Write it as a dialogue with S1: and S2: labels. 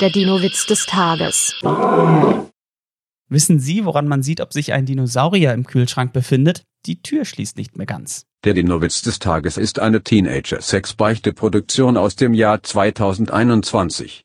S1: Der Dino-Witz des Tages.
S2: Wissen Sie, woran man sieht, ob sich ein Dinosaurier im Kühlschrank befindet? Die Tür schließt nicht mehr ganz.
S3: Der Dinowitz des Tages ist eine Teenager-Sex-Beichte-Produktion aus dem Jahr 2021.